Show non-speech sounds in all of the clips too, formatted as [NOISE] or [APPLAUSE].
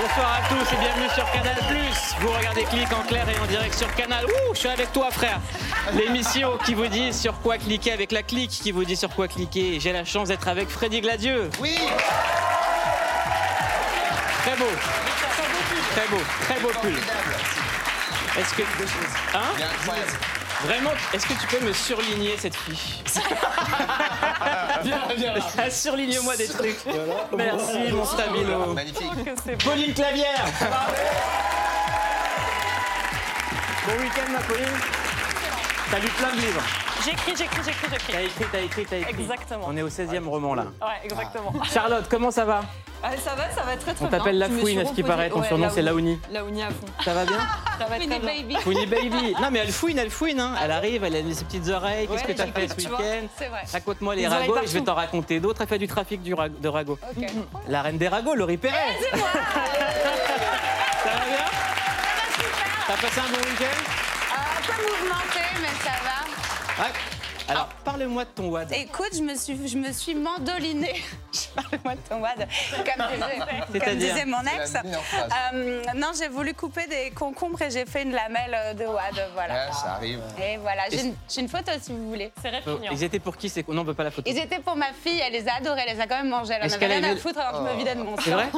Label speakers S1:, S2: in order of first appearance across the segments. S1: Bonsoir à tous et bienvenue sur Canal Vous regardez Clic en clair et en direct sur Canal. Ouh, je suis avec toi, frère. L'émission qui vous dit sur quoi cliquer avec la clique qui vous dit sur quoi cliquer. J'ai la chance d'être avec Freddy Gladieux.
S2: Oui
S1: Très beau, très beau, très beau pull. Est-ce que. Hein
S2: Il est incroyable.
S1: Vraiment, est-ce que tu peux me surligner cette
S2: [LAUGHS]
S1: fiche
S3: Viens, viens là.
S1: Ah, [LAUGHS] Surligne-moi des trucs. Merci, mon stabilo.
S2: Magnifique.
S1: Pauline Clavière Bon week-end, ma Pauline. T'as lu plein de livres.
S4: J'écris, j'écris, j'écris,
S1: T'as
S4: j'écris.
S1: écrit, t'as écrit, t'as écrit.
S4: Exactement.
S1: On est au 16e roman, là.
S4: Ouais, exactement.
S5: [LAUGHS]
S1: Charlotte, comment ça va
S4: Ah, ça va, ça va très très
S1: On
S4: bien.
S1: t'appelle la
S4: Je me
S1: fouine,
S4: suis
S1: à ce qui
S4: reposée.
S1: paraît. Ton
S4: Ouais,
S1: surnom, c'est
S4: Laouni.
S1: Laouni.
S4: Laouni à fond.
S1: Ça va bien
S4: Ça va très bien.
S1: Fouini Baby. Non, mais elle fouine, elle fouine. Hein. Elle arrive, elle a mis ses petites oreilles. Qu'est-ce
S4: Ouais,
S1: que t'as
S4: j'ai
S1: fait ce
S4: écouté, tu vois,
S1: week-end
S4: C'est vrai.
S1: Raconte-moi les
S4: Ils
S1: ragots
S4: allaient
S1: et je vais
S4: partout.
S1: t'en raconter d'autres. Elle fait du trafic du rag- de ragots.
S4: Ok.
S1: La reine des ragots, Laurie Perret. Ça va bien T'as passé un bon week-end
S6: Un peu mouvementé, mais ça va.
S1: Ouais. Alors, parle-moi de ton WAD.
S6: Écoute, je me suis, je me suis mandolinée. [LAUGHS] Je parle-moi de ton wad, comme disait,
S1: C'est-à-dire
S6: comme disait mon ex.
S2: C'est la meilleure phrase.
S6: Euh, non, j'ai voulu couper des concombres et j'ai fait une lamelle euh, de wad, voilà.
S2: Ouais, ça arrive.
S6: Et voilà, j'ai une, j'ai une photo si vous voulez.
S4: C'est répugnant.
S1: Ils étaient pour qui c'est... Non, on veut pas la photo.
S6: hein. Ils étaient pour ma fille, elle les a adorés, elle les a quand même mangés. Elle en
S1: Est-ce
S6: avait
S1: qu'elle
S6: rien
S1: avait-
S6: à foutre alors
S2: Oh.
S6: que je me vidais de mon
S1: C'est
S6: sang. [LAUGHS]
S1: vrai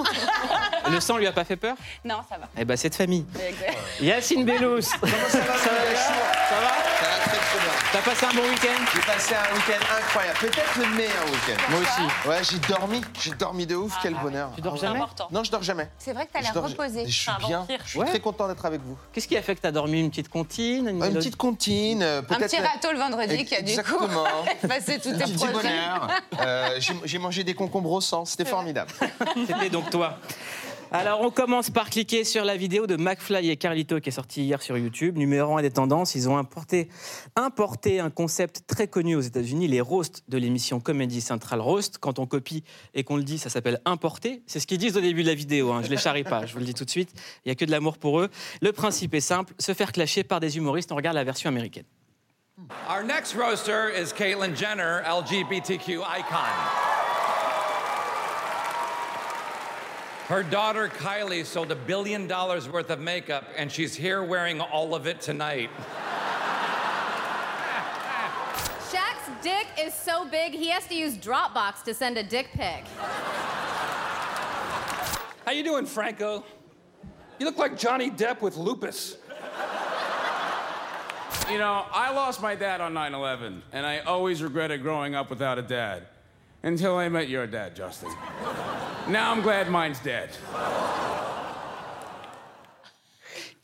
S1: Le sang lui a pas fait peur
S6: Non, ça va.
S1: Eh ben, c'est de famille.
S6: Exact.
S1: Yacine Bellous. ça va bien Ça va
S2: Ça va très très bien.
S1: T'as passé un bon week-end
S2: J'ai passé un week-end incroyable. Peut-être le meilleur week-end.
S1: Moi aussi.
S2: Ouais, j'ai dormi. J'ai dormi de
S6: Ah
S2: ouf.
S6: bah
S2: Quel bonheur. Ah
S1: Tu dors
S4: C'est
S1: jamais
S4: important.
S2: Non, je dors jamais.
S6: C'est vrai que t'as
S2: Je
S6: l'air
S2: dors-
S6: reposée.
S2: Je suis
S4: un
S2: bien.
S4: vampire.
S2: Je suis
S1: Ouais.
S2: très content d'être avec vous. Ah,
S1: Qu'est-ce qui a fait que t'as dormi Une petite comptine Une,
S2: Une
S1: mélodie
S2: petite comptine, euh,
S6: Un
S2: peut-être.
S6: petit râteau le vendredi qui a du coup [LAUGHS]
S2: Exactement.
S6: passé tous
S2: Un
S6: tes
S2: petit
S6: projets. [LAUGHS]
S2: bonheur. Euh, j'ai- J'ai mangé des concombres au sang. C'était formidable.
S1: [LAUGHS] C'était donc toi. Alors, on commence par cliquer sur la vidéo de McFly et Carlito qui est sortie hier sur YouTube, numéro 1 des tendances. Ils ont importé, importé un concept très connu aux États-Unis, les roasts de l'émission Comedy Central Roast. Quand on copie et qu'on le dit, ça s'appelle importer. C'est ce qu'ils disent au début de la vidéo. hein. Je les charrie pas, je vous le dis tout de suite. Il n'y a que de l'amour pour eux. Le principe est simple se faire clasher par des humoristes. On regarde la version américaine.
S7: Our next roaster is Caitlyn Jenner, LGBTQ icon. Her daughter Kylie sold a billion dollars worth of makeup, and she's here wearing all of it tonight.
S8: Shaq's dick is so big, he has to use Dropbox to send a dick
S1: [LAUGHS]
S8: pic.
S7: How you doing, Franco? You look like Johnny Depp with lupus.
S9: You know, I lost my dad on 9 11, and I always regretted growing up without a dad. Until I met your dad, Justin. Now I'm glad mine's dead.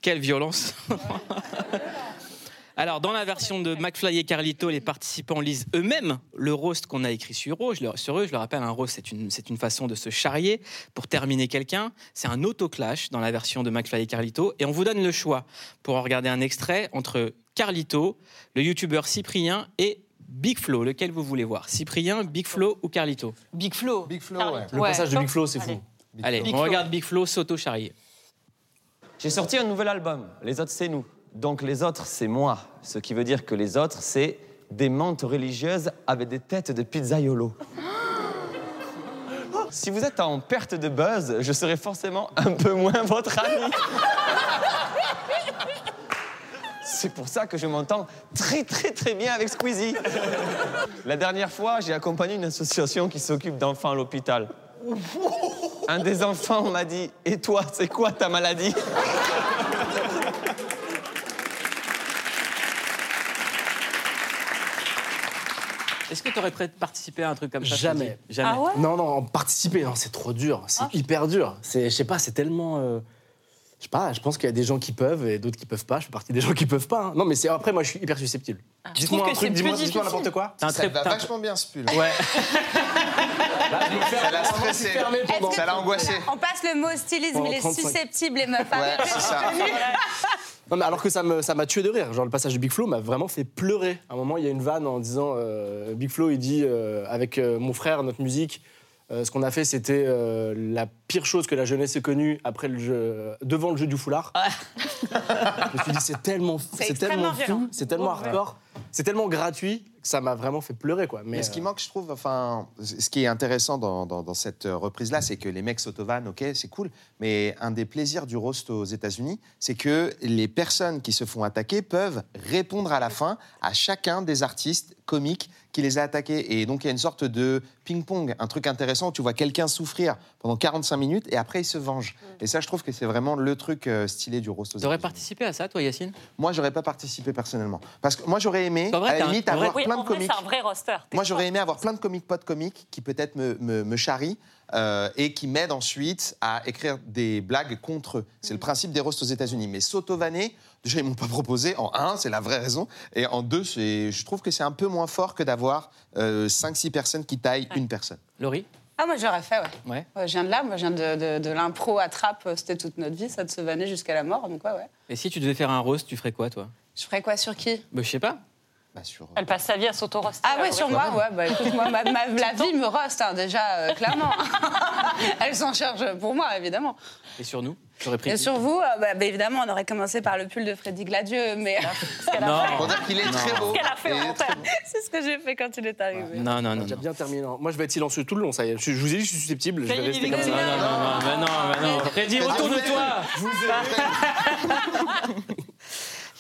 S1: Quelle violence [LAUGHS] Alors, dans la version de McFly et Carlito, les participants lisent eux-mêmes le roast qu'on a écrit sur eux. Je leur- sur eux, je le rappelle, un roast, c'est une, c'est une façon de se charrier pour terminer quelqu'un. C'est un autoclash dans la version de McFly et Carlito. Et on vous donne le choix pour en regarder un extrait entre Carlito, le youtubeur Cyprien et Big Flo. Lequel vous voulez voir Cyprien, Big Flo ou Carlito
S4: Big Flo.
S2: Big Flow, ouais.
S10: Le passage de Big Flo, c'est fou.
S1: Allez,
S4: Big
S1: on
S4: Flo.
S1: regarde Big Flo s'auto-charrier.
S10: J'ai sorti un nouvel album. Les autres, c'est nous. Donc les autres, c'est moi. Ce qui veut dire que les autres, c'est des mentes religieuses avec des têtes de [GASPS] pizzaiolo. Si vous êtes en perte de buzz, je serai forcément un peu moins votre [LAUGHS] ami. C'est pour ça que je m'entends très très très bien avec Squeezie. La dernière fois, j'ai accompagné une association qui s'occupe d'enfants à l'hôpital. Un des enfants m'a dit Et toi, c'est quoi ta maladie
S1: Est-ce que tu aurais participé à un truc comme ça
S10: Jamais.
S1: Freddy Jamais.
S4: Ah ouais Ah.
S10: Non, non, participer, non, c'est trop dur. C'est hyper dur. C'est, je sais pas, c'est tellement. euh, je sais pas, je pense qu'il y a des gens qui peuvent et d'autres qui peuvent pas. Je fais partie des gens qui peuvent pas. hein. Non, mais c'est après, moi, je suis hyper susceptible.
S4: trouves
S10: Dites-moi
S4: Ah. que
S10: un truc,
S4: c'est
S10: dis-moi,
S4: plus
S10: dites-moi
S4: difficile
S10: n'importe quoi.
S1: T'as un
S2: Ça
S1: très-
S2: va
S1: t'as un-
S2: vachement bien ce pull.
S4: [LAUGHS]
S1: Ouais.
S2: Ça l'a stressé.
S6: Est-ce que
S2: Ça
S6: tu-
S2: l'a angoissé.
S6: On passe le mot stylisme,
S10: Pendant
S6: il est
S10: 35.
S6: susceptible, les meufs.
S2: Ouais,
S6: Arrêtez
S2: c'est
S6: de
S2: ça.
S6: retenir.
S10: Non, mais alors que ça, me, ça m'a tué de rire. Genre, le passage de Big Flo m'a vraiment fait pleurer. À un moment, il y a une vanne en disant euh, Big Flo, il dit euh, Avec euh, mon frère, notre musique, euh, ce qu'on a fait, c'était euh, la pire chose que la jeunesse ait connue après le jeu, euh, devant le jeu du foulard. je me suis dit, c'est tellement, fou,
S4: C'est
S10: c'est tellement
S4: extrêmement violent.
S10: fou, c'est tellement hardcore, c'est tellement gratuit que ça m'a vraiment fait pleurer, quoi. Mais, euh,
S2: Mais ce qui manque, je trouve, enfin, ce qui est intéressant dans, dans- dans cette euh, reprise-là, c'est que les mecs s'autovanent, ok, c'est cool, mais un des plaisirs du roast aux États-Unis, c'est que les personnes qui se font attaquer peuvent répondre à la fin à chacun des artistes comiques qui les a attaqués. Et donc, il y a une sorte de ping-pong, un truc intéressant où tu vois quelqu'un souffrir pendant 45 minutes et après, il se venge. Et ça, je trouve que c'est vraiment le truc euh, stylé du roast aux
S1: T'aurais
S2: États-Unis.
S1: participé à ça, toi, Yacine
S2: Moi, j'aurais pas participé personnellement. Parce que moi, j'aurais aimé,
S1: En vrai,
S2: à
S1: t'as
S2: la
S1: un-
S2: limite,
S1: en vrai-
S2: avoir
S4: Oui,
S2: plein
S4: en
S2: de
S4: vrai,
S2: comiques.
S4: c'est un vrai roster. T'es
S2: Moi, j'aurais
S4: fort.
S2: aimé avoir plein de comiques potes comiques qui peut-être me, me, me charrient euh, et qui m'aident ensuite à écrire des blagues contre eux. C'est
S4: Mm.
S2: le principe des roasts aux États-Unis. Mais s'auto-vanner, déjà, ils m'ont pas proposé. En un, c'est la vraie raison. Et en deux, c'est, je trouve que c'est un peu moins fort que d'avoir 5-6 personnes qui taillent une personne.
S1: Laurie
S6: Ah, moi, j'aurais fait, ouais.
S1: Ouais.
S6: Ouais, Je viens de là, moi, je viens de, de- de l'impro à trappe, euh, c'était toute notre vie, ça de se vanner jusqu'à la mort, donc ouais, ouais.
S1: Et si tu devais faire un roast, tu ferais quoi, toi
S6: Je ferais quoi sur qui
S1: bah, Je sais pas.
S2: Bah, sur,
S4: Elle passe sa vie à s'auto-roster.
S6: Ah ouais, sur moi, ouais, bah écoute, moi, ma,
S4: [LAUGHS]
S6: ma- la vie me roste, hein, déjà, euh, clairement. [LAUGHS] Elle s'en charge pour moi, évidemment.
S1: Et sur nous J'aurais pris.
S6: Et
S1: qui
S6: sur vous, euh, bah, bah, évidemment, on aurait commencé par le pull de Freddy Gladieux, mais [LAUGHS]
S1: Non.
S2: Pour dire qu'il est très beau.
S4: Qu'elle a fait
S2: Et
S4: en fait.
S6: c'est ce que j'ai fait quand il est arrivé.
S1: Non, non, non.
S10: euh, j'ai
S1: non.
S10: bien terminé. non. Moi, je vais être silencieux tout le long, ça y est. Je, je vous ai dit, je suis susceptible. Je vais rester comme ça.
S1: Non, non, non, mais non, mais non. Freddy, retourne-toi
S2: Je vous aime.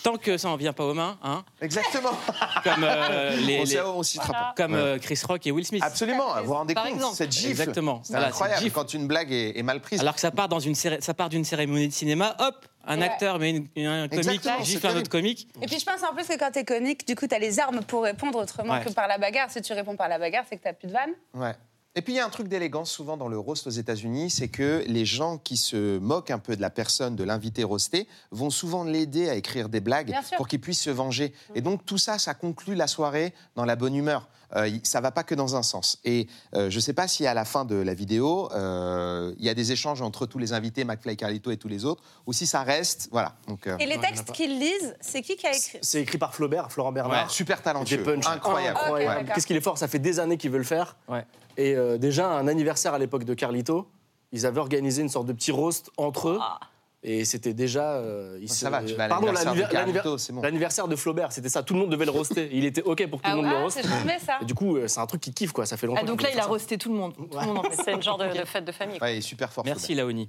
S1: Tant que ça en vient pas aux mains, hein,
S2: Exactement.
S1: [LAUGHS] comme, euh, les,
S2: on s'y
S1: les-
S2: on s'y attrapera.
S1: comme
S2: Ouais.
S1: euh, Chris Rock et Will Smith.
S2: Absolument, vous vous rendez
S8: Par
S2: compte,
S8: exemple.
S2: cette gifle.
S1: Exactement.
S2: C'est
S1: Voilà, cette
S2: incroyable
S1: gifle.
S2: quand une blague est, est mal prise.
S1: Alors que ça part dans une céré- ça part d'une cérémonie de cinéma, hop, un
S6: Ouais.
S1: acteur mais une, une- un comique
S2: Exactement, c'est
S1: gifle un autre
S2: terrible.
S1: comique.
S6: Et puis je pense en plus que quand t'es conique, du coup, t'as les armes pour répondre autrement
S1: Ouais.
S6: que par la bagarre. Si tu réponds par la bagarre, c'est que t'as plus de vanne.
S2: Ouais. Et puis il y a un truc d'élégance souvent dans le roast aux États-Unis, c'est que les gens qui se moquent un peu de la personne, de l'invité roasté, vont souvent l'aider à écrire des blagues
S6: Bien sûr. Mm.
S2: pour qu'il puisse se venger. Et donc tout ça, ça conclut la soirée dans la bonne humeur. Euh, y- ça va pas que dans un sens. Et euh, je ne sais pas si à la fin de la vidéo, euh, il y a des échanges entre tous les invités, McFly, Carlito et tous les autres, ou si ça reste, voilà. Donc euh,
S6: Et les
S1: Ouais, il y en a
S6: textes
S1: pas.
S6: qu'ils lisent, c'est qui qui a écrit
S10: C'est- C'est écrit par Flaubert, Florent Bernard.
S2: super
S10: Des
S2: talentueux,
S10: punchs
S2: incroyable.
S6: Ah,
S10: incroyables.
S6: ok, d'accord.
S10: Qu'est-ce qu'il est fort, ça fait des années qu'ils veulent le faire.
S1: Ouais.
S10: Et euh, déjà, un anniversaire à l'époque de Carlito, ils avaient organisé une sorte de petit roast entre eux.
S6: Ah.
S10: Et c'était déjà. euh, ils se-
S2: Ça va, tu vas à
S10: Pardon,
S2: l'anniversaire de
S10: l'anniver-
S2: Carlito, c'est bon.
S10: l'anniver- l'anniversaire de Flaubert, c'était ça. Tout le monde devait le roaster. Il était OK pour que tout
S6: Ah
S10: le
S6: ouais,
S10: monde le
S6: ah,
S10: roast.
S6: c'est jamais ça.
S10: Et du coup, euh, c'est un truc qui kiffe, quoi. Ça fait longtemps.
S5: [LAUGHS] Ah, donc
S10: qu'il
S5: là,
S10: veut
S5: il a
S10: faire ça.
S5: roasté tout le monde. Tout le monde en fait.
S4: C'est une genre de, de fête de famille. quoi.
S2: Ouais, il est super fort.
S1: Merci
S2: [LAUGHS]
S1: Laoni.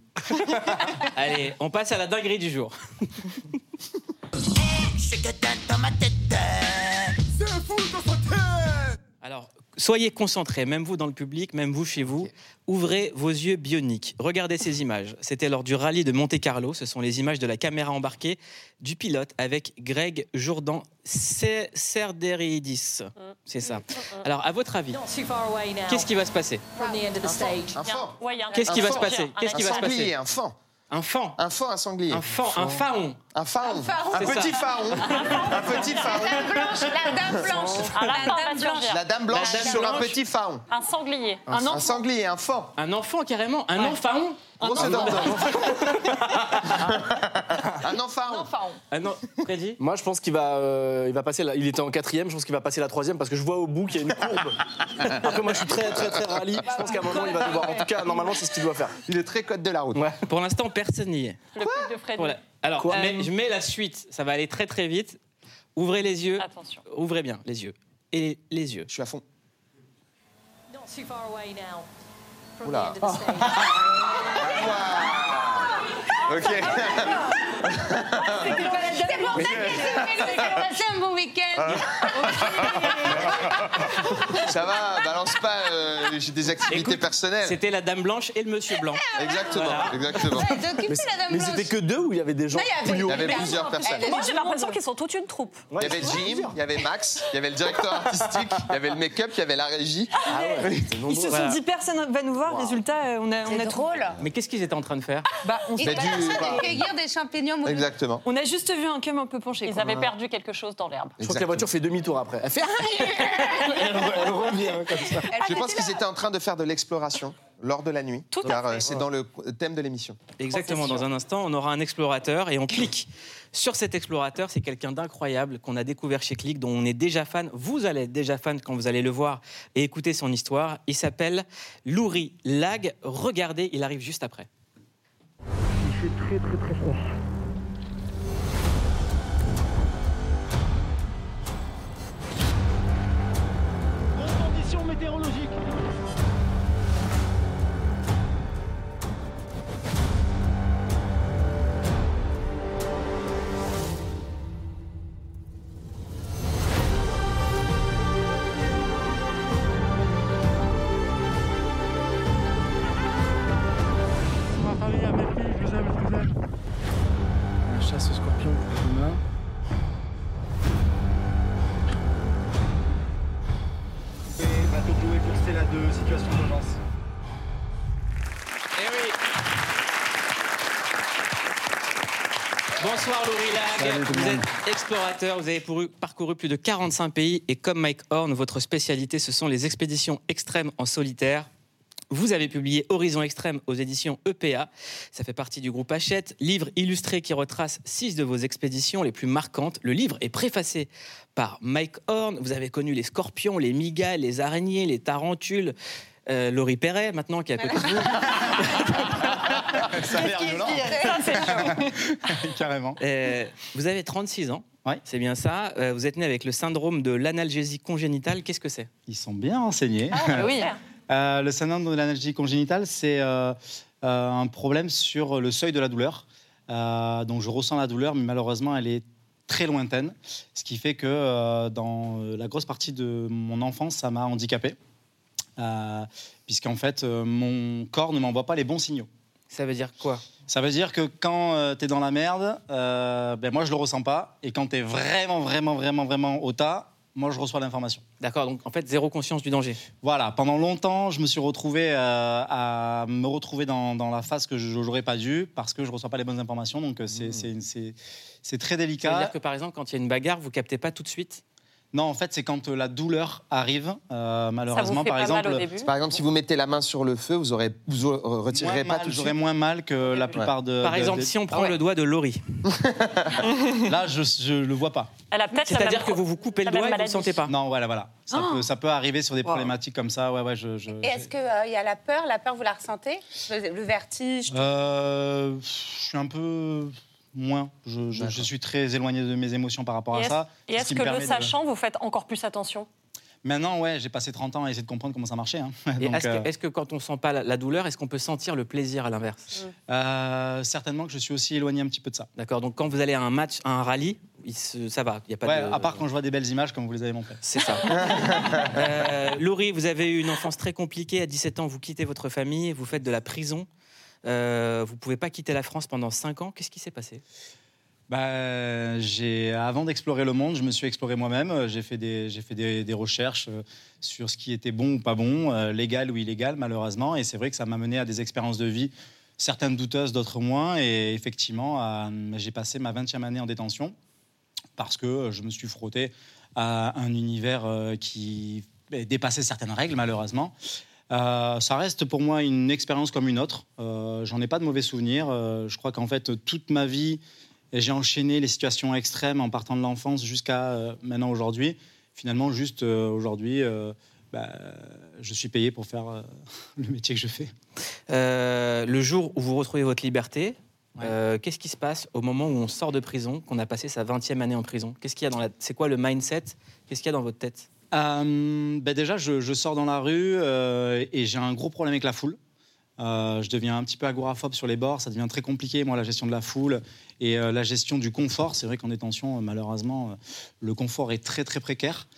S1: Allez, on passe à la dinguerie du jour. Alors, soyez concentrés, même vous dans le public, même vous chez vous. Ouvrez vos yeux bioniques. Regardez ces images. C'était lors du rallye de Monte-Carlo. Ce sont les images de la caméra embarquée du pilote avec Greg Jourdan C- Cerderidis. C'est ça. Alors, à votre avis, qu'est-ce qui va se passer
S2: Un fan.
S4: Ouais, il y a un-
S1: Qu'est-ce qui
S4: un
S1: va se
S4: danger,
S1: passer
S4: un
S1: Qu'est-ce qui
S2: Un
S1: va se passer
S2: sanglier, un fan.
S1: Un fan
S2: Un fan, un sanglier.
S1: Un fan, un faon.
S2: Un pharaon.
S10: Ah
S2: Un,
S1: c'est
S2: petit pharaon. un petit pharaon.
S6: La dame blanche.
S4: Un lapin va surgir.
S2: La dame blanche
S1: La dame
S2: sur un
S1: blanche.
S2: petit pharaon.
S4: Un sanglier.
S2: Un, sanglier, un fan.
S1: Un enfant carrément, un enfaon.
S2: Grosse dame Un enfant.
S1: Ah non, Freddy
S10: [LAUGHS] Moi, je pense qu'il va, euh, il va passer. La... Il était en quatrième. Je pense qu'il va passer la troisième parce que je vois au bout qu'il y a une courbe. Alors que moi, je suis très, très, très rallye. Je pense qu'à un moment, il va devoir. En tout cas, normalement, c'est ce qu'il doit faire.
S2: Il est très code de la route.
S10: Ouais.
S1: Pour l'instant, personne n'y est.
S4: Le coup de Freddy.
S1: Pour la- Alors,
S10: Quoi
S1: je mets- je mets la suite, ça va aller très très vite. Ouvrez les yeux,
S4: Attention.
S1: ouvrez bien les yeux. Et les yeux.
S2: Je suis à fond.
S5: Oula.
S11: Ah.
S2: Ok.
S6: C'est pour ça que [LAUGHS] j'ai passé un bon week-end.
S2: Ah. [LAUGHS] Ça va, balance pas. euh, J'ai des activités
S1: Écoute,
S2: personnelles.
S1: C'était la dame blanche et le monsieur blanc.
S2: Exactement.
S1: Voilà.
S2: Exactement.
S6: Elle était occupée, la dame
S10: Mais
S6: blanche.
S10: c'était que deux ou il y avait des gens
S6: Non, il y avait-
S10: plus
S2: Il
S10: haut
S2: y avait plusieurs personnes.
S4: Moi, j'ai
S6: euh.
S4: l'impression qu'ils sont toute une troupe.
S2: Il y avait Jim, il y avait Max, il y avait le directeur artistique, il y avait le make-up, il y avait la régie.
S10: Ah ouais, c'était
S5: Ils se
S10: nombreux.
S5: sont
S1: Voilà.
S5: dit personne va nous voir. Résultat, euh, on a, on
S6: C'est
S5: a tout-
S6: drôle.
S1: Mais qu'est-ce qu'ils étaient en train de faire
S5: Bah, on,
S6: Ils
S2: Mais
S6: étaient en
S2: du-
S6: train de cueillir des champignons moulus.
S2: Exactement.
S5: on a juste vu un cum un peu penché.
S4: Ils
S5: quoi.
S4: avaient perdu quelque chose dans l'herbe.
S10: Je crois que la voiture fait demi-tour après. Elle fait [LAUGHS] Elle revient comme ça.
S2: Je pense qu'ils étaient en train de faire de l'exploration lors de la nuit, car euh, c'est dans le thème de l'émission.
S1: Exactement, dans un instant, on aura un explorateur et on clique sur cet explorateur. C'est quelqu'un d'incroyable qu'on a découvert chez Click, dont on est déjà fan. Vous allez être déjà fan quand vous allez le voir et écouter son histoire. Il s'appelle Louri Lag. Regardez, il arrive juste après.
S12: météorologique. On va parler à Melfi, je vous aime, je vous aime. La chasse au scorpion pour demain. Et bateau cloué pour Stella 2, situation d'urgence.
S1: Bonsoir Laurie Lag, vous êtes explorateur, vous avez pourru- parcouru plus de 45 pays et comme Mike Horn, votre spécialité ce sont les expéditions extrêmes en solitaire. Vous avez publié Horizon Extrême aux éditions EPA. Ça fait partie du groupe Hachette, livre illustré qui retrace six de vos expéditions les plus marquantes. Le livre est préfacé par Mike Horn. Vous avez connu les scorpions, les migas, les araignées, les tarentules. Euh, Laurie Perret, maintenant, qui est à côté de vous.
S11: [LAUGHS] Ça a l'air violent. [LAUGHS]
S1: Carrément. Euh, vous avez 36 ans. C'est bien ça. Euh, vous êtes né avec le syndrome de l'analgésie congénitale. Qu'est-ce que c'est
S11: Ils sont bien renseignés.
S1: bah oui.
S11: [LAUGHS] Euh, le syndrome de l'analgie congénitale, c'est euh, euh, un problème sur le seuil de la douleur. Euh, donc je ressens la douleur, mais malheureusement, elle est très lointaine. Ce qui fait que euh, dans la grosse partie de mon enfance, ça m'a handicapé. Euh, Puisqu'en fait, euh, mon corps ne m'envoie pas les bons signaux.
S1: Ça veut dire quoi
S11: Ça veut dire que quand tu es dans la merde, euh, ben moi je le ressens pas. Et quand tu es vraiment, vraiment, vraiment, vraiment au tas, moi je reçois l'information.
S1: D'accord, donc en fait zéro conscience du danger.
S11: Voilà, pendant longtemps, je me suis retrouvé euh, à me retrouver dans, dans la phase que je n'aurais pas dû parce que je reçois pas les bonnes informations. Donc euh,
S1: Hmm.
S11: c'est- c'est une- c'est c'est très délicat.
S1: C'est-à-dire que par exemple, quand il y a une bagarre, vous captez pas tout de suite
S11: Non, en fait, c'est quand euh, la douleur arrive, euh, malheureusement. par exemple,
S2: Par exemple, si vous mettez la main sur le feu, vous aurez, vous aurez-
S11: moins
S2: retirerez pas
S11: mal,
S2: tout de
S11: J'aurais
S2: suite.
S11: moins mal que la plupart de.
S1: Par
S11: de-
S1: exemple,
S11: des-
S1: si on prend le doigt de Laurie.
S11: Ah [LAUGHS] Là, je, je le vois pas.
S4: Elle a peut-être la même pro- la même maladie.
S11: pas. Non, voilà, voilà. Ça,
S6: Ah.
S11: peut, ça peut arriver sur des problématiques comme ça. Ouais, ouais, je. je-
S6: Et est-ce qu'il y a la peur La peur, vous la ressentez le, le vertige
S11: Euh, je suis un peu moins. Je, je- je suis très éloigné de mes émotions par rapport
S4: Et
S11: à
S4: est-ce-
S11: ça.
S4: Et
S11: ce
S4: est-ce
S11: qui me
S4: que le
S11: permet de-
S4: sachant, vous faites encore plus attention
S11: Maintenant, ouais, j'ai passé 30 ans à essayer de comprendre comment ça marchait. hein. [LAUGHS]
S1: Et
S11: Donc,
S1: est-ce que,
S11: euh,
S1: est-ce que quand on sent pas la, la douleur, est-ce qu'on peut sentir le plaisir à l'inverse
S4: Mm.
S11: euh, Certainement que je suis aussi éloigné un petit peu de ça.
S1: D'accord, donc quand vous allez à un match, à un rallye, il se- ça va, il y a pas
S11: ouais,
S1: de...
S11: à part quand je vois des belles images comme vous les avez montrées. [LAUGHS]
S1: C'est ça. Euh, Laurie, vous avez eu une enfance très compliquée. À 17 ans, vous quittez votre famille, vous faites de la prison. Euh, vous pouvez pas quitter la France pendant 5 ans. Qu'est-ce qui s'est passé
S11: Bah, j'ai, avant d'explorer le monde, je me suis exploré moi-même. Euh, J'ai fait des, j'ai fait des, des recherches euh, sur ce qui était bon ou pas bon, euh, légal ou illégal, malheureusement. Et c'est vrai que ça m'a mené à des expériences de vie, certaines douteuses, d'autres moins. Et effectivement, à- j'ai passé ma 20e année en détention parce que euh, je me suis frotté à un univers euh, qui eh, dépassait certaines règles, malheureusement. Euh, ça reste pour moi une expérience comme une autre. Euh, J'en ai pas de mauvais souvenirs. Euh, je crois qu'en fait, toute ma vie, j'ai enchaîné les situations extrêmes en partant de l'enfance jusqu'à euh, maintenant aujourd'hui. Finalement, juste euh, aujourd'hui, euh, bah, je suis payé pour faire euh, [LAUGHS] le métier que je fais.
S1: Euh, le jour où vous retrouvez votre liberté, euh, qu'est-ce qui se passe au moment où on sort de prison, qu'on a passé sa 20e année en prison Qu'est-ce qu'il y a dans la... C'est quoi le mindset Qu'est-ce qu'il y a dans votre tête
S11: Euh, ben déjà, je, je sors dans la rue euh, et j'ai un gros problème avec la foule. Euh, je deviens un petit peu agoraphobe sur les bords, ça devient très compliqué, moi, la gestion de la foule et euh, la gestion du confort. C'est vrai qu'en détention, euh, malheureusement, euh, le confort est très, très précaire.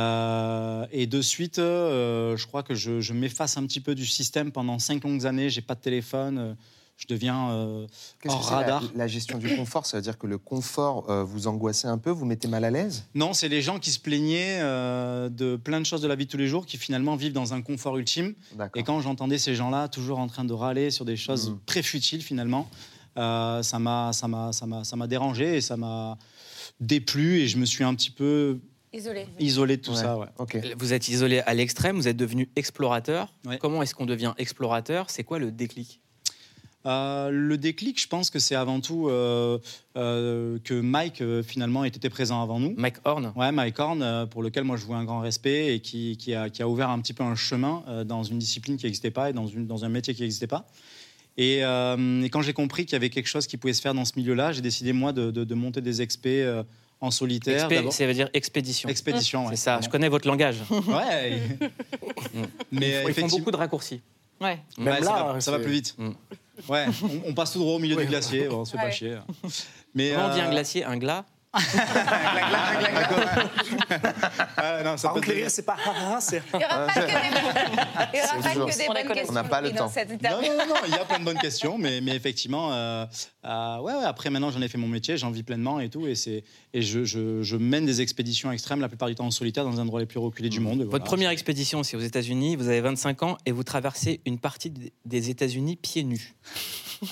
S11: Euh, et de suite, euh, je crois que je, je m'efface un petit peu du système pendant cinq longues années. J'ai pas de téléphone, euh, je deviens euh,
S2: Qu'est-ce que
S11: hors
S2: c'est la-
S11: radar.
S2: La, gestion du confort, ça veut dire que le confort euh, vous angoissez un peu, vous mettez mal à l'aise
S11: Non, c'est les gens qui se plaignaient euh, de plein de choses de la vie de tous les jours qui finalement vivent dans un confort ultime. Et quand j'entendais ces gens-là toujours en train de râler sur des choses très futiles finalement, euh, ça m'a ça m'a- ça m'a- ça m'a dérangé et ça m'a déplu et je me suis un petit peu
S6: Isolé.
S11: isolé de tout ça. ouais.
S1: Euh, Vous êtes isolé à l'extrême, vous êtes devenu explorateur. Comment est-ce qu'on devient explorateur C'est quoi le déclic
S11: Euh, le déclic, je pense que c'est avant tout euh, euh, que Mike euh, finalement était présent avant nous.
S1: Mike Horn.
S11: Ouais, Mike Horn, euh, pour lequel moi je vois un grand respect et qui, qui a, qui a ouvert un petit peu un chemin euh, dans une discipline qui n'existait pas et dans, une- dans un métier qui n'existait pas. Et, euh, et quand j'ai compris qu'il y avait quelque chose qui pouvait se faire dans ce milieu-là, j'ai décidé moi de, de- de monter des expés euh, en solitaire.
S1: Expé-
S11: d'abord.
S1: ça veut dire expédition.
S11: Expédition, ouais.
S1: C'est ça, je connais votre langage.
S11: [LAUGHS]
S1: [LAUGHS] Mm.
S11: Ouais.
S1: Ils font-
S11: Mais
S1: ils font
S11: effectivement-
S1: beaucoup de raccourcis. Mm.
S5: Ouais.
S11: Ouais,
S10: Même
S11: ça,
S10: là,
S11: va, ça va
S10: c'est-
S11: plus vite. Ouais, on, on passe tout droit au milieu du glacier, bon, on se fait pas
S1: Ouais.
S11: chier.
S1: Comment on dit
S11: euh,
S1: un glacier Un glas
S11: Ah, non, ça
S10: Par
S11: peut
S10: contre, les
S11: être-
S10: rires, c'est pas ah, ah, c'est.
S11: [LAUGHS]
S6: Il n'y aura pas que des
S11: On les
S6: bonnes
S11: connaît.
S6: questions.
S11: On n'a pas le
S6: Louis, dans
S11: temps.
S6: cette
S11: Non,
S6: interview.
S11: non, non, non,
S6: [LAUGHS]
S11: il y a plein de bonnes questions, mais, mais effectivement, euh, euh, ouais, ouais, après maintenant j'en ai fait mon métier, j'en vis pleinement et tout, et, c'est, et je, je- je mène des expéditions extrêmes la plupart du temps en solitaire dans un endroit les plus reculés
S10: Mm.
S11: du monde. et
S1: Votre
S11: voilà.
S1: première expédition, c'est aux États-Unis. Vous avez 25 ans et vous traversez une partie d- des États-Unis pieds
S2: [LAUGHS]
S1: nus.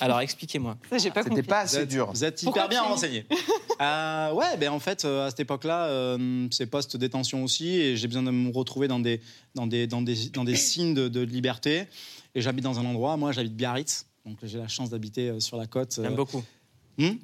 S1: Alors expliquez-moi.
S5: J'ai pas
S2: C'était pas assez
S11: êtes-
S2: dur.
S11: Vous êtes
S1: Pourquoi
S11: hyper bien
S1: pieds nus
S11: renseigné. [LAUGHS] Euh, ouais, ben en fait, euh, à cette époque-là, euh, c'est post-détention aussi, et j'ai besoin de me retrouver dans des, dans des, dans des, dans des signes de, de liberté. Et j'habite dans un endroit, moi j'habite Biarritz, donc j'ai la chance d'habiter euh, sur la côte.
S1: J'aime
S11: euh,
S1: beaucoup.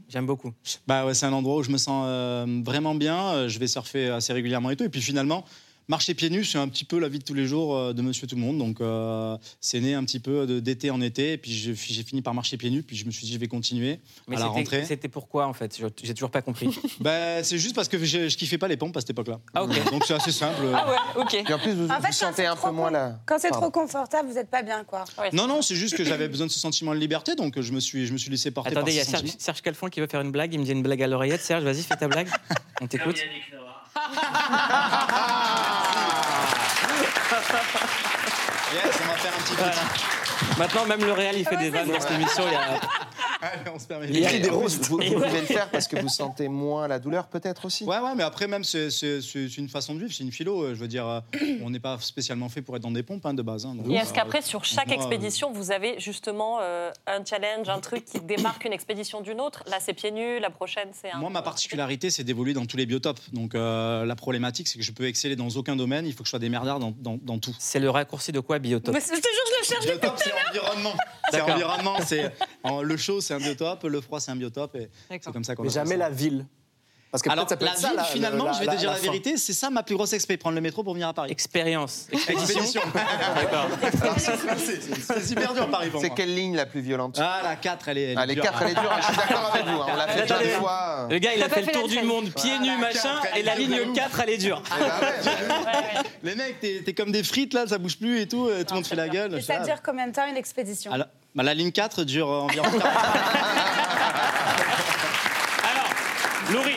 S1: J'aime beaucoup.
S11: Bah ouais, c'est un endroit où je me sens euh, vraiment bien. Euh, Je vais surfer assez régulièrement et tout. Et puis finalement, marcher pieds nus, c'est un petit peu la vie de tous les jours euh, de Monsieur Tout le Monde. Donc euh, c'est né un petit peu de- d'été en été. Et puis j'ai j'ai fini par marcher pieds nus. Puis je me suis dit, je vais continuer
S1: Mais
S11: à la
S1: c'était-
S11: rentrée.
S1: c'était pourquoi en fait Je- J'ai toujours pas compris.
S11: [LAUGHS]
S1: Ah,
S11: Bah, c'est juste parce que je, je kiffais pas les pompes à cette époque-là. Donc c'est assez simple.
S5: ok.
S2: Et en plus, vous,
S6: Ah En fait,
S2: vous sentez un peu moins là.
S6: Quand c'est
S11: Pardon.
S6: trop confortable, vous n'êtes pas bien, quoi.
S11: Non, non, c'est juste que j'avais besoin de ce sentiment de liberté, donc je me suis, je me suis laissé porter
S1: Attendez, il y
S11: par
S1: a
S11: ce
S1: Serge,
S11: sentiment.
S1: Serge Calfon qui veut faire une blague. Il me dit une blague à l'oreillette. Serge, vas-y, fais ta blague. On t'écoute.
S11: Yes, on va faire un petit
S1: Maintenant, même le réel,
S11: Ah
S1: il fait des vannes dans cette émission. Il y a...
S11: Allez, [LAUGHS] on se permet.
S1: Il y a des roustes.
S2: Vous, vous
S11: [LAUGHS]
S1: Et
S2: pouvez
S1: ouais.
S2: le faire parce que vous sentez moins la douleur, peut-être aussi.
S11: Ouais, ouais, mais après, même, c'est c'est- c'est une façon de vivre, c'est une philo. euh, Je veux dire, euh, on n'est pas spécialement fait pour être dans des pompes hein, de base. hein, donc,
S4: Et est-ce
S11: euh,
S4: qu'après, sur chaque
S11: moi, euh,
S4: expédition, vous avez justement euh, un challenge, un truc qui démarque une expédition d'une autre Là, c'est pieds nus, la prochaine, c'est un.
S11: Moi, ma particularité, c'est d'évoluer dans tous les biotopes. Donc, euh, la problématique, c'est que je peux exceller dans aucun domaine. Il faut que je sois des merdards dans, dans- dans tout.
S1: C'est le raccourci de quoi, biotope
S11: Bah,
S6: Mais c'est- je te jure, je le cherche depuis
S11: Biotope,
S6: tout
S11: c'est
S6: à l'heure.
S11: environnement. C'est
S1: D'accord.
S11: environnement. C'est en- le chaud, c'est un biotope. Le froid, c'est un biotope. Et c'est comme ça qu'on.
S10: Mais
S11: appelle
S10: jamais la
S11: ça.
S10: ville. Parce que
S11: Alors,
S10: peut-être ça peut
S11: la
S10: être ça,
S11: ville, finalement,
S10: le-
S11: je vais te dire la,
S10: fin.
S11: vérité, c'est ça ma plus grosse expé, prendre le métro pour venir à Paris.
S1: Expérience.
S11: [LAUGHS] Expédition.
S1: D'accord.
S11: Alors, c'est- c'est c'est super dur, Paris, pour
S2: C'est
S11: moi.
S2: quelle ligne la plus violente
S11: Ah, la 4, elle est.
S2: Ah, les
S11: dure,
S2: quatre,
S11: hein.
S2: elle est dure, hein, je suis d'accord avec vous. hein, On l'a fait déjà
S1: Attendez.
S2: deux fois.
S1: Le gars, il a
S11: T'as pas
S1: fait le
S11: fait
S1: tour
S11: la
S1: du
S11: scène.
S1: monde, pieds nus, machin,
S11: quatre,
S1: et la
S11: elle est
S1: ligne
S11: dure.
S1: 4, elle est dure.
S11: Ah, bah
S1: [LAUGHS]
S11: Les mecs, t'es t'es comme des frites là, ça bouge plus et tout, euh, tout le monde fait la gueule.
S6: Et ça dure combien de temps une expédition
S11: Ah, la- bah, la ligne 4 dure euh, environ.
S1: Laurie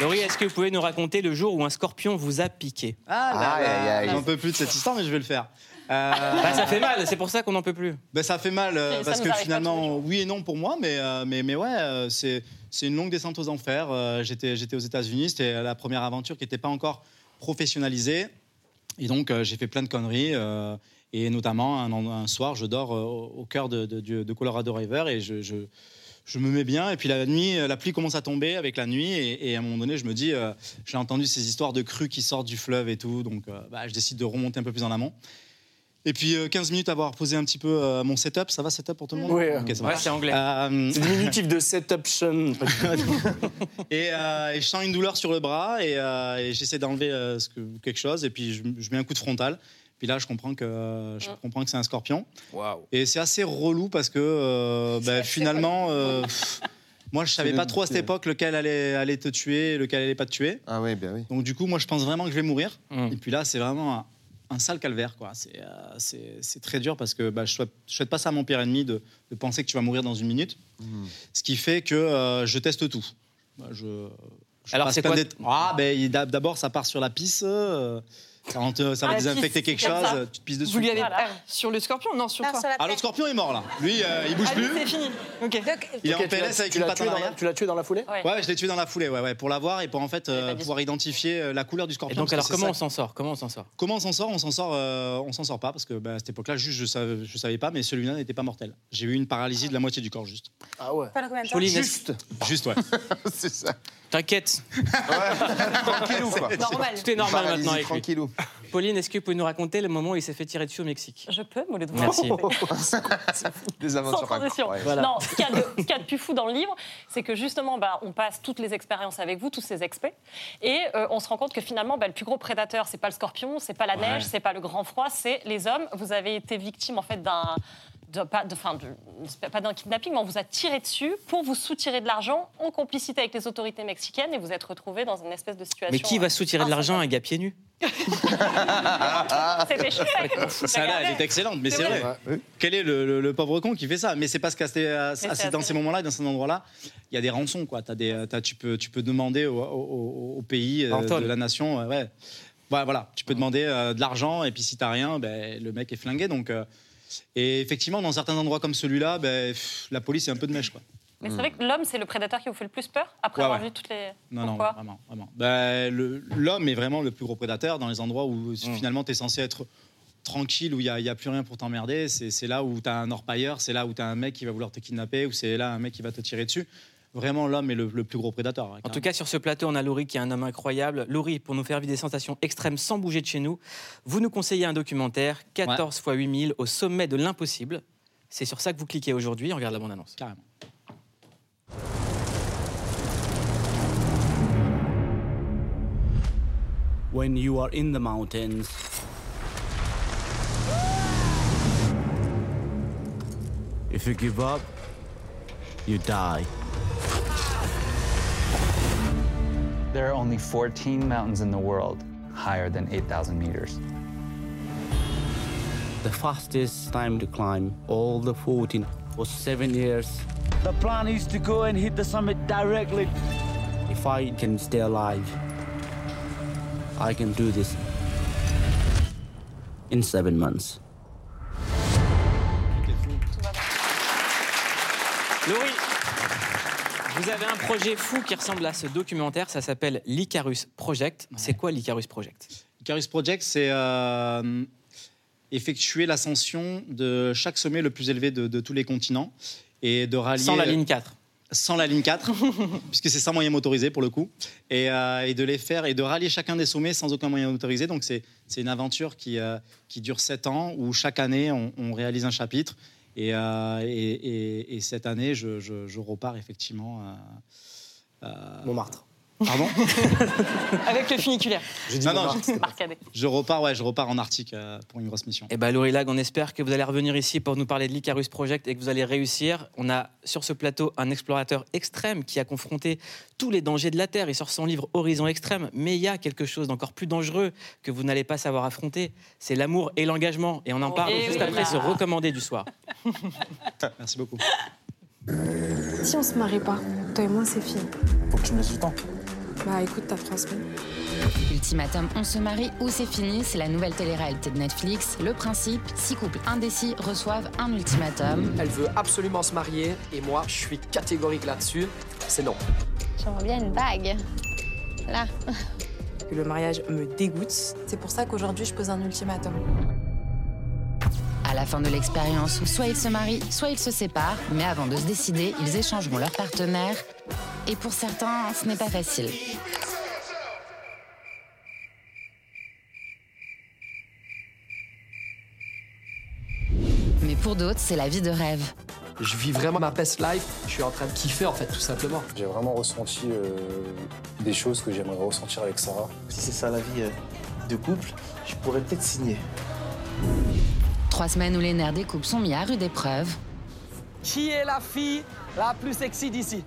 S1: Laurie, est-ce que vous pouvez nous raconter le jour où un scorpion vous a piqué
S11: Ah là
S1: Aïe,
S11: là,
S1: aïe, aïe.
S11: J'en peux plus de cette histoire, mais je vais le faire.
S1: Bah, ça fait mal, c'est pour ça qu'on n'en peut plus.
S11: Ben, ça fait mal euh,
S1: Ça
S11: parce
S1: nous
S11: que
S1: arrive pas
S11: finalement, oui et non pour moi, mais, euh, mais, mais ouais, euh, c'est c'est une longue descente aux enfers. Euh, J'étais j'étais aux États-Unis, c'était la première aventure qui n'était pas encore professionnalisée. Et donc, euh, j'ai fait plein de conneries. euh, et notamment, un, un soir, je dors euh, au au cœur de, de- du- de Colorado River et je, je, je me mets bien. Et puis, la nuit, euh, la pluie commence à tomber avec la nuit. Et, et à un moment donné, je me dis, euh, j'ai entendu ces histoires de crues qui sortent du fleuve et tout. Donc, euh, bah, je décide de remonter un peu plus en amont. Et puis euh, 15 minutes avoir posé un petit peu euh, mon setup, ça va setup pour tout le monde
S10: Oui, euh,
S11: Ok, ça
S10: ouais,
S11: va.
S10: c'est anglais.
S11: Euh,
S10: C'est diminutif de set
S11: [LAUGHS]
S10: option.
S11: et, euh, et je sens une douleur sur le bras et, euh, et j'essaie d'enlever euh, ce que- quelque chose et puis je, je mets un coup de frontal. Puis là, je comprends que euh, je comprends que c'est un scorpion. Et c'est assez relou parce que euh, bah, finalement, euh, pff, moi, je savais
S2: le
S11: pas trop à cette
S2: but, euh.
S11: époque lequel allait, allait te tuer, lequel allait pas te tuer.
S2: Ah oui, bien oui.
S11: Donc du coup, moi, je pense vraiment que je vais mourir.
S1: Mm.
S11: Et puis là, c'est vraiment un, un sale calvaire, quoi. C'est, euh, c'est, c'est très dur parce que bah, je souhaite, je souhaite pas ça à mon pire ennemi de, de penser que tu vas mourir dans une minute.
S10: Mm.
S11: Ce qui fait que euh, je teste tout. Bah, je, je
S1: Alors,
S11: passe
S1: c'est
S11: plein
S1: quoi-
S11: d'ét- Ah, ben il- d'ab- d'abord, ça part sur la pisse. euh, ça va te- ça va
S5: Ah, la pisse,
S11: désinfecter quelque
S5: comme
S11: chose. euh,
S5: ça.
S11: Tu te pisses dessus.
S5: Vous lui avez-
S11: quoi.
S5: ah, Sur le scorpion Non, sur toi.
S11: Ah, le scorpion est mort là. Lui, euh, il bouge
S5: Ah, lui,
S11: plus.
S5: C'est fini. Ok.
S11: Il est
S10: Ok,
S11: en
S10: tu l'as-
S11: PLS avec
S10: tu
S11: une
S10: l'as
S11: patte
S10: tué
S11: en
S10: dans la-
S11: arrière.
S10: Tu l'as tué dans la foulée
S11: Ouais, ouais, je l'ai tué dans la foulée, ouais, ouais, pour l'avoir et pour en fait euh, pouvoir identifier euh, la couleur du scorpion.
S1: Et donc,
S11: parce que
S1: alors,
S11: c'est
S1: comment
S11: ça
S1: on s'en sort Comment on s'en sort
S11: Comment on s'en sort On s'en sort, euh, on s'en sort pas parce que bah, à cette époque-là, juste je savais, je savais pas, mais celui-là n'était pas mortel. J'ai eu une paralysie de la moitié du corps juste.
S10: Ah ouais.
S6: Pendant combien de temps
S11: Pauline, est-ce- Juste ouais.
S2: [LAUGHS] c'est ça.
S1: T'inquiète.
S4: [LAUGHS]
S2: Tranquillou, quoi.
S1: C'est-
S4: Normal.
S1: Tout est
S11: Bah,
S1: normal
S2: Paralysie
S1: maintenant avec lui.
S2: tranquillou.
S1: Pauline, est-ce que vous pouvez nous raconter le moment où il s'est fait tirer dessus au Mexique
S4: Je peux, Mouloud [LAUGHS]
S1: Merci.
S2: Des
S4: Sans
S2: aventures
S4: transition.
S2: incroyables.
S4: Non, ce qu'il y, a de- ce qu'il y a de plus fou dans le livre, c'est que justement, bah, on passe toutes les expériences avec vous, tous ces experts, et euh, on se rend compte que finalement, bah, le plus gros prédateur, c'est pas le scorpion, c'est pas la
S11: Ouais.
S4: neige, c'est pas le grand froid, c'est les hommes. Vous avez été victime en fait d'un de- pas, de- enfin, de- c'est pas d'un kidnapping, mais on vous a tiré dessus pour vous soutirer de l'argent en complicité avec les autorités mexicaines et vous êtes retrouvé dans une espèce de situation. euh,
S1: Mais qui va soutirer de l'argent à un gars pieds nus
S4: C'était chouette.
S11: Ça là, elle est excellente, mais c'est vrai. Quel est le, le- le pauvre con qui fait ça Mais c'est parce qu'à ces- à-
S4: c'est
S11: à ces- dans ces moments-là, et dans ces endroits-là, il y a des rançons, quoi. T'as des, t'as- tu peux, tu peux demander au, au- au- au pays, euh,
S1: Antoine.
S11: de la nation, euh, ouais. Voilà, voilà, tu peux demander euh, de l'argent et puis si t'as rien, ben, le mec est flingué. Donc, euh, et effectivement, dans certains endroits comme celui-là, ben, pff, la police est un peu de mèche, quoi.
S4: Mais c'est vrai que l'homme, c'est le prédateur qui vous fait le plus peur après
S11: Ouais,
S4: avoir
S11: ouais.
S4: vu toutes les.
S11: Non, non,
S4: Pourquoi
S11: vraiment, vraiment. Bah, le- L'homme est vraiment le plus gros prédateur dans les endroits où
S1: Mmh.
S11: finalement tu es censé être tranquille, où il n'y a, il y a plus rien pour t'emmerder. C'est c'est là où tu as un orpailleur, c'est là où tu as un mec qui va vouloir te kidnapper, ou c'est là un mec qui va te tirer dessus. Vraiment, l'homme est le, le plus gros prédateur. hein, ouais,
S1: En tout cas, sur ce plateau, on a Laurie qui est un homme incroyable. Laurie, pour nous faire vivre des sensations extrêmes sans bouger de chez nous, vous nous conseillez un documentaire, 14 x 8000, au sommet de l'impossible. C'est sur ça que vous cliquez aujourd'hui. On regarde la bande-annonce.
S11: Carrément.
S13: when you are in the mountains. If you give up, you die.
S14: There are only 14 mountains in the world higher than 8,000 meters.
S13: The fastest time to climb all the 14 was seven years. The plan is to go and hit the summit directly. If I can stay alive, I can do this in seven months.
S1: Laurie, vous avez un projet fou qui ressemble à ce documentaire. Ça s'appelle l'Icarus Project. C'est quoi l'Icarus Project
S11: Icarus Project, c'est euh, effectuer l'ascension de chaque sommet le plus élevé de, de tous les continents et de rallier.
S1: Sans la ligne 4.
S11: Sans la ligne 4, [LAUGHS] puisque c'est sans moyen motorisé pour le coup, et, euh, et de les faire et de rallier chacun des sommets sans aucun moyen motorisé. Donc c'est c'est une aventure qui, euh, qui dure 7 ans où chaque année on, on réalise un chapitre. Et, euh, et- et- et cette année, je, je- je repars effectivement. euh, euh,
S10: Montmartre.
S11: Pardon
S5: Avec le funiculaire.
S11: Non, non, je-
S4: Marcadet.
S11: je repars, ouais, je repars en Arctique euh, pour une grosse mission.
S1: Eh bien, Laurie Lag, on espère que vous allez revenir ici pour nous parler de l'Icarus Project et que vous allez réussir. On a sur ce plateau un explorateur extrême qui a confronté tous les dangers de la Terre. Il sort son livre Horizon Extrême, mais il y a quelque chose d'encore plus dangereux que vous n'allez pas savoir affronter. C'est l'amour et l'engagement. Et on en
S11: Oh,
S1: parle
S11: et
S1: juste
S11: oui,
S1: après
S11: là.
S1: ce recommandé du soir.
S11: [LAUGHS] Merci beaucoup.
S15: Si on se marie pas, toi et moi, c'est fini.
S16: Faut que tu me laisses du temps.
S15: Bah écoute, t'as trois semaines.
S17: Ultimatum, on se marie ou c'est fini, c'est la nouvelle télé-réalité de Netflix. Le principe, six couples indécis reçoivent un ultimatum.
S18: Elle veut absolument se marier et moi, je suis catégorique là-dessus. C'est non.
S19: J'aimerais bien une bague. Là.
S15: Que le mariage me dégoûte. C'est pour ça qu'aujourd'hui, je pose un ultimatum.
S17: À la fin de l'expérience, soit ils se marient, soit ils se séparent, mais avant de se décider, ils échangeront leur partenaire. Et pour certains, ce n'est pas facile. Mais pour d'autres, c'est la vie de rêve.
S18: Je vis vraiment ma best life. Je suis en train de kiffer, en fait, tout simplement.
S16: J'ai vraiment ressenti euh, des choses que j'aimerais ressentir avec Sarah. Si c'est ça la vie euh, de couple, je pourrais peut-être signer.
S17: Trois semaines où les nerfs des couples sont mis à rude épreuve.
S13: Qui est la fille la plus sexy d'ici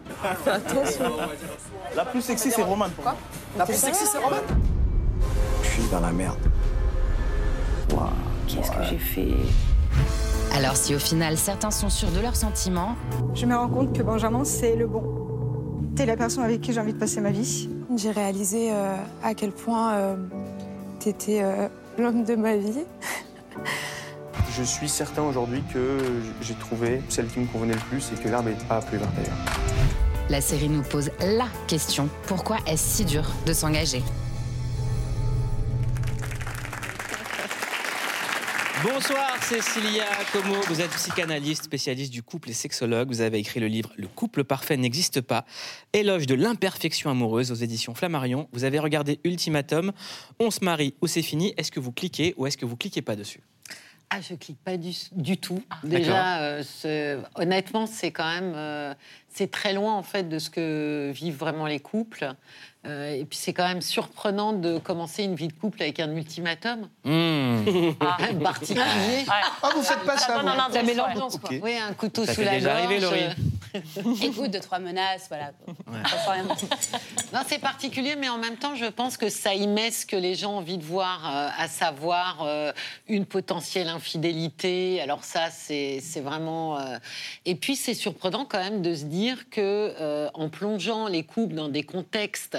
S16: La plus sexy, c'est Romane. pour moi.
S13: La plus sexy, c'est Roman.
S16: Je suis dans la merde.
S17: Waouh, qu'est-ce que j'ai fait Alors si au final certains sont sûrs de leurs sentiments,
S20: Je me rends compte que Benjamin, c'est le bon. T'es la personne avec qui j'ai envie de passer ma vie.
S15: J'ai réalisé euh, à quel point euh, t'étais euh, l'homme de ma vie.
S21: Je suis certain aujourd'hui que j'ai trouvé celle qui me convenait le plus et que l'arbre n'est pas plus vert d'ailleurs.
S17: la série nous pose LA question. Pourquoi est-ce si dur de s'engager
S1: Bonsoir Cécilia Como, vous êtes psychanalyste, spécialiste du couple et sexologue. Vous avez écrit le livre Le couple parfait n'existe pas, éloge de l'imperfection amoureuse aux éditions Flammarion. Vous avez regardé Ultimatum, On se marie ou c'est fini. Est-ce que vous cliquez ou est-ce que vous cliquez pas dessus
S3: Ah, je clique pas du, du tout.
S2: Ah.
S22: D'accord.
S3: Déjà, euh, ce- honnêtement, c'est quand même euh, c'est très loin en fait de ce que vivent vraiment les couples. Euh, et puis c'est quand même surprenant de commencer une vie de couple avec un ultimatum. Ah, [LAUGHS] un particulier.
S2: Ah, vous faites pas ça,
S3: donne
S2: vous.
S3: un indice,
S2: Ça met
S3: ouais.
S2: l'ambiance, quoi.
S3: Oui, un couteau
S2: Ça
S3: sous la
S2: t'est
S3: gorge. euh,
S2: déjà arrivé, Laurie
S6: Écoute, deux, trois menaces, voilà.
S3: Non, c'est particulier, mais en même temps, je pense que ça y met ce que les gens ont envie de voir, euh, à savoir euh, une potentielle infidélité. Alors ça, c'est c'est vraiment... euh, Et puis, c'est surprenant quand même de se dire que euh, en plongeant les couples dans des contextes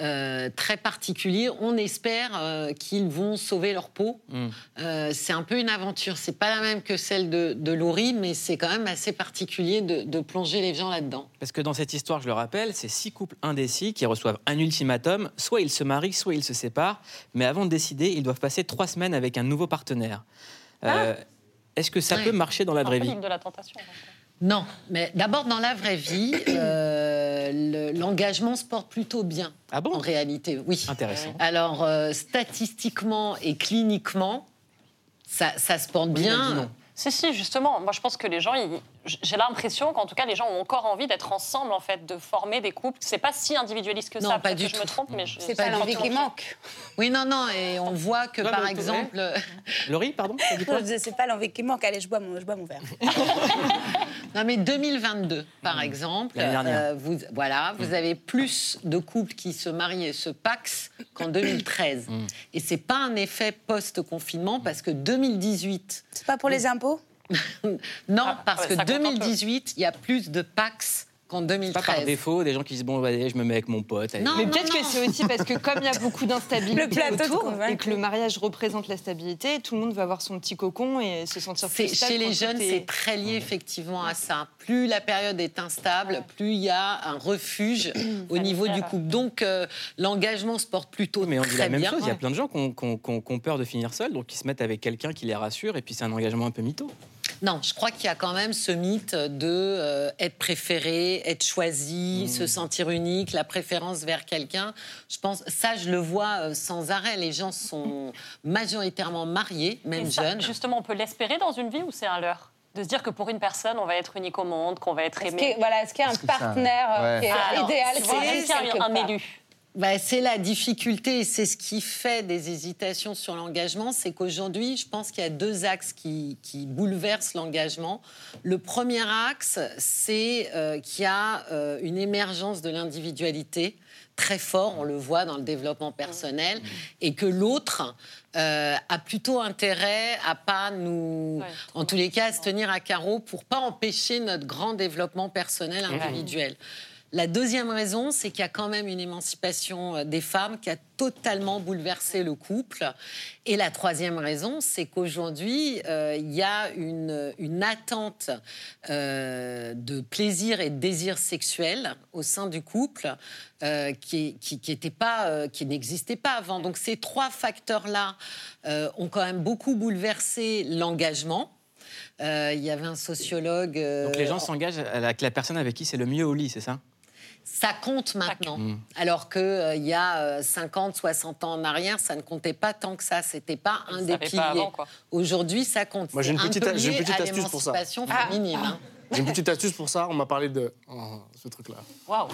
S3: euh, très particuliers, on espère euh, qu'ils vont sauver leur peau.
S11: Hmm.
S3: Euh, c'est un peu une aventure. C'est pas la même que celle de, de Laurie, mais c'est quand même assez particulier de- de plonger les gens là-dedans.
S1: Parce que dans cette histoire, je le rappelle, c'est six couples indécis qui reçoivent un ultimatum. Soit ils se marient, soit ils se séparent. Mais avant de décider, ils doivent passer trois semaines avec un nouveau partenaire. Euh, Est-ce que ça peut marcher dans la vraie vie
S4: de la tentation.
S3: Non, mais d'abord dans la vraie vie, euh, le- l'engagement se porte plutôt bien.
S1: Ah bon
S3: En réalité, oui.
S1: Intéressant.
S3: Alors euh, statistiquement et cliniquement, ça, ça se porte bien.
S4: Si, si, justement. Moi, je pense que les gens, ils- j'ai l'impression qu'en tout cas, les gens ont encore envie d'être ensemble, en fait, de former des couples. C'est pas si individualiste que
S3: Non,
S4: ça.
S3: pas
S4: peut-être
S3: du
S4: que Je me
S3: tout.
S4: trompe, mais je-
S3: C'est pas
S4: le
S3: l'envie
S4: sentiment
S3: qui
S4: que j'ai.
S3: manque. Oui, non, non, et on voit que
S4: Non,
S3: par
S4: mais t'aurais-
S3: exemple, [LAUGHS]
S1: Laurie, pardon
S3: dit quoi
S22: Non, je disais, C'est pas l'envie qui manque. Allez, je bois mon, je bois mon verre.
S3: Non, mais 2022,
S1: Mmh.
S3: par exemple,
S22: L'année dernière.
S3: euh, vous, voilà, vous avez plus de couples qui se marient et se paxent qu'en 2013.
S1: Mmh.
S3: Et c'est pas un effet post-confinement parce que 2018.
S22: C'est pas pour les impôts
S3: [LAUGHS] Non, parce
S22: ouais,
S3: que
S22: ça compte un peu.
S3: 2018, il y a plus de pax qu'en
S1: Pas par
S3: 2013.
S1: défaut, des gens qui disent bon, allez, je me mets avec mon pote. allez.
S5: mais peut-être que c'est aussi parce que comme il y a beaucoup
S22: Le
S5: d'instabilité
S22: plateau de
S5: autour et
S22: convaincus.
S5: que le mariage représente la stabilité, tout le monde veut avoir son petit cocon et se sentir
S3: C'est-
S5: plus stable
S3: Chez les
S5: quand
S3: jeunes,
S5: tout est-
S3: c'est très lié effectivement à ça. Plus la période est instable, plus il y a
S22: [COUGHS]
S3: un refuge au niveau du couple. Donc euh, l'engagement se porte plutôt
S1: Mais on dit
S3: très
S1: la même
S3: bien.
S1: chose, il y a plein de gens qui ont, qui ont- qui ont- qui ont peur de finir seuls, donc ils se mettent avec quelqu'un qui les rassure, et puis c'est un engagement un peu mytho.
S3: Non, je crois qu'il y a quand même ce mythe de euh, être préféré, être choisi, se sentir unique, la préférence vers quelqu'un. Je pense ça, je le vois euh, sans arrêt. Les gens sont majoritairement mariés, même
S4: Et ça,
S3: jeunes.
S4: Justement, on peut l'espérer dans une vie ou c'est un leurre De se dire que pour une personne, on va être unique au monde, qu'on va être
S6: Est-ce
S4: aimé.
S6: que- voilà, est-ce qu'il y a un Est-ce que ça- partenaire, euh, Ouais. qui est idéal
S4: tu
S6: pour
S4: vois,
S6: elle,
S4: est-ce qu'il y a un,
S6: quelque
S4: un
S6: part
S4: élu.
S3: Bah, c'est la difficulté, et c'est ce qui fait des hésitations sur l'engagement, c'est qu'aujourd'hui, je pense qu'il y a deux axes qui, qui bouleversent l'engagement. Le premier axe, c'est euh, qu'il y a euh, une émergence de l'individualité très fort, on le voit dans le développement personnel, et que l'autre euh, a plutôt intérêt à pas nous, en tous les cas, à se tenir à carreau pour pas empêcher notre grand développement personnel
S22: Ouais.
S3: individuel. La deuxième raison, c'est qu'il y a quand même une émancipation euh, des femmes qui a totalement bouleversé le couple. Et la troisième raison, c'est qu'aujourd'hui, euh, il y a une, une attente euh, de plaisir et de désir sexuel au sein du couple euh, qui, qui- qui était pas, euh, qui n'existait pas avant. Donc ces trois facteurs-là euh, ont quand même beaucoup bouleversé l'engagement. Euh, il y avait un sociologue. euh,
S1: Donc les gens s'engagent avec la personne avec qui c'est le mieux au lit, c'est ça
S3: ça compte maintenant.
S1: Mm.
S3: Alors qu'il y a euh, 50, 60 ans en arrière, ça ne comptait pas tant que ça. C'était pas un
S4: Ça
S3: des
S4: avait pas
S3: piliers.
S4: avant, quoi.
S3: Aujourd'hui, ça compte.
S10: Moi, j'ai une
S3: C'est un
S10: petite-
S3: peu
S10: j'ai une
S3: lié
S10: petite
S3: à
S10: astuce pour ça.
S3: l'émancipation
S10: Ah.
S3: féminine, hein.
S10: J'ai une petite astuce pour ça, on m'a parlé de oh, ce truc-là.
S1: [LAUGHS]
S3: Waouh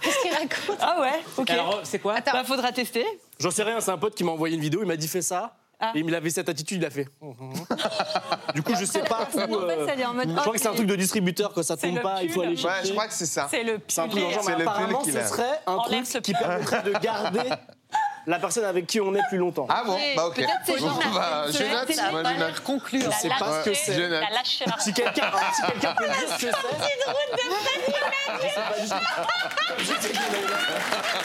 S5: Qu'est-ce qu'il raconte Ah ouais, ok.
S10: Alors,
S1: c'est quoi
S5: Attends, Bah, faudra tester.
S10: J'en sais rien, c'est un pote qui m'a envoyé une vidéo, il m'a dit fais ça.
S5: Ah.
S10: Et il avait cette attitude, il a fait. Oh, oh, oh. du coup, je sais pas où. euh,
S5: En Mhm. fait, elle est en mode,
S10: je crois
S5: ok.
S10: que c'est un truc de distributeur, quand ça
S5: C'est
S10: tombe
S5: le
S10: pas, il faut
S5: pull.
S10: aller chercher.
S5: Ouais, je crois que c'est ça. C'est le
S10: C'est un
S5: pull.
S10: truc dans le genre,
S5: C'est
S10: mais
S5: le pull
S10: apparemment,
S5: qu'il
S10: ce
S5: a.
S10: serait un
S5: Enlève
S10: truc
S5: ce
S10: qui
S5: pull.
S10: permettrait de garder la personne avec qui on est plus longtemps.
S2: Ah bon Bah, ok.
S10: Peut-être c'est
S2: Bon,
S10: Jonathan.
S2: bah, je
S10: Peut-être
S2: note,
S10: c'est
S2: moi,
S10: la
S2: je note.
S10: valeur conclue. Je sais pas ce que c'est.
S2: Je note.
S4: La lâcher
S10: Si quelqu'un si quelqu'un peut me dire ce que c'est.
S12: Je sais pas du tout. Je sais pas ce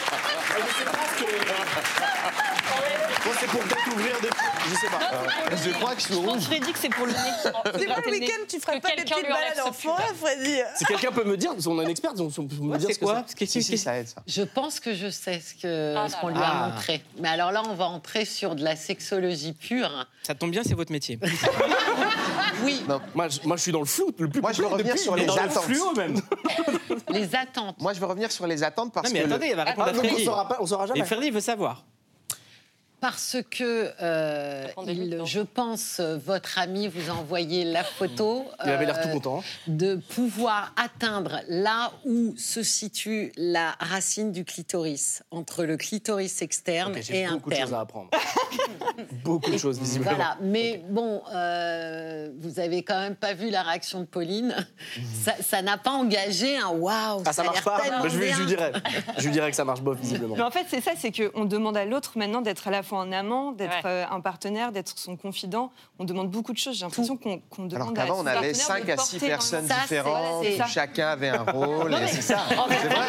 S12: que.
S10: Bon, c'est pour découvrir des. Je sais pas.
S2: Euh, Je crois que je suis rouge.
S5: Freddy, que c'est pour
S2: [LAUGHS]
S5: le nez.
S22: C'est pas le week-end, tu feras
S5: Que
S22: pas des
S5: quelqu'un
S22: petites
S5: lui enlève
S22: balades
S5: ce
S22: en forêt, Freddy
S10: Si quelqu'un peut me dire, on a une experte, on on peut me dire
S3: c'est
S10: ce que
S3: quoi
S10: c'est. Si, si, ça aide ça.
S3: Je pense que je sais ce que-
S10: Ah
S3: ce
S10: là
S3: qu'on
S10: là.
S3: lui a
S10: Ah.
S3: montré. Mais alors là, on va entrer sur de la sexologie pure.
S1: Ça tombe bien, c'est votre métier.
S3: hein. [LAUGHS] oui.
S10: moi, je, moi, je suis dans le flou. Le plus
S2: Moi, je veux
S10: complet
S2: revenir
S10: depuis,
S2: sur
S10: mais
S2: les
S10: dans le
S2: attentes.
S10: fluo,
S2: [LAUGHS]
S10: même.
S3: Les attentes.
S2: Moi, je veux revenir sur les attentes parce
S1: Non, mais
S2: que.
S5: Ah,
S1: attendez, elle va répondre à
S2: donc,
S1: Freddy.
S2: on saura pas-
S10: on saura jamais.
S1: Et Freddy veut savoir.
S3: Parce que euh, il- je pense, euh, votre ami vous a envoyé la photo.
S10: Il avait l'air tout
S3: euh,
S10: content. hein.
S3: De pouvoir atteindre là où se situe la racine du clitoris, entre le clitoris externe
S10: Ok,
S3: et
S10: J'ai beaucoup de choses à
S3: interne.
S10: apprendre. [LAUGHS] beaucoup de choses, visiblement. [LAUGHS]
S3: Voilà, mais bon, euh, vous avez quand même pas vu la réaction de Pauline. Ça- Ça n'a pas engagé un waouh.
S10: Mhm. Ah, ça
S3: a
S10: marche
S3: l'air
S10: pas
S3: tellement
S10: Bah, je, lui- je lui
S3: bien.
S10: dirais. Je lui dirais que ça marche pas, visiblement.
S5: Mais en fait, c'est ça, c'est qu'on demande à l'autre maintenant d'être à la fois un amant, d'être euh, un partenaire, d'être son confident. On demande beaucoup de choses. J'ai l'impression qu'on qu'on
S2: Alors
S5: demande à
S2: qu'avant,
S5: son
S2: on avait
S5: partenaire de
S2: 5 à 6
S5: porter un-
S2: personnes
S5: Ça, c'est-
S2: différentes,
S5: c'est
S2: où
S5: ça.
S2: chacun avait un rôle,
S5: [LAUGHS] Non,
S2: et
S5: mais-
S2: c'est ça.
S5: En fait-
S2: C'est vrai.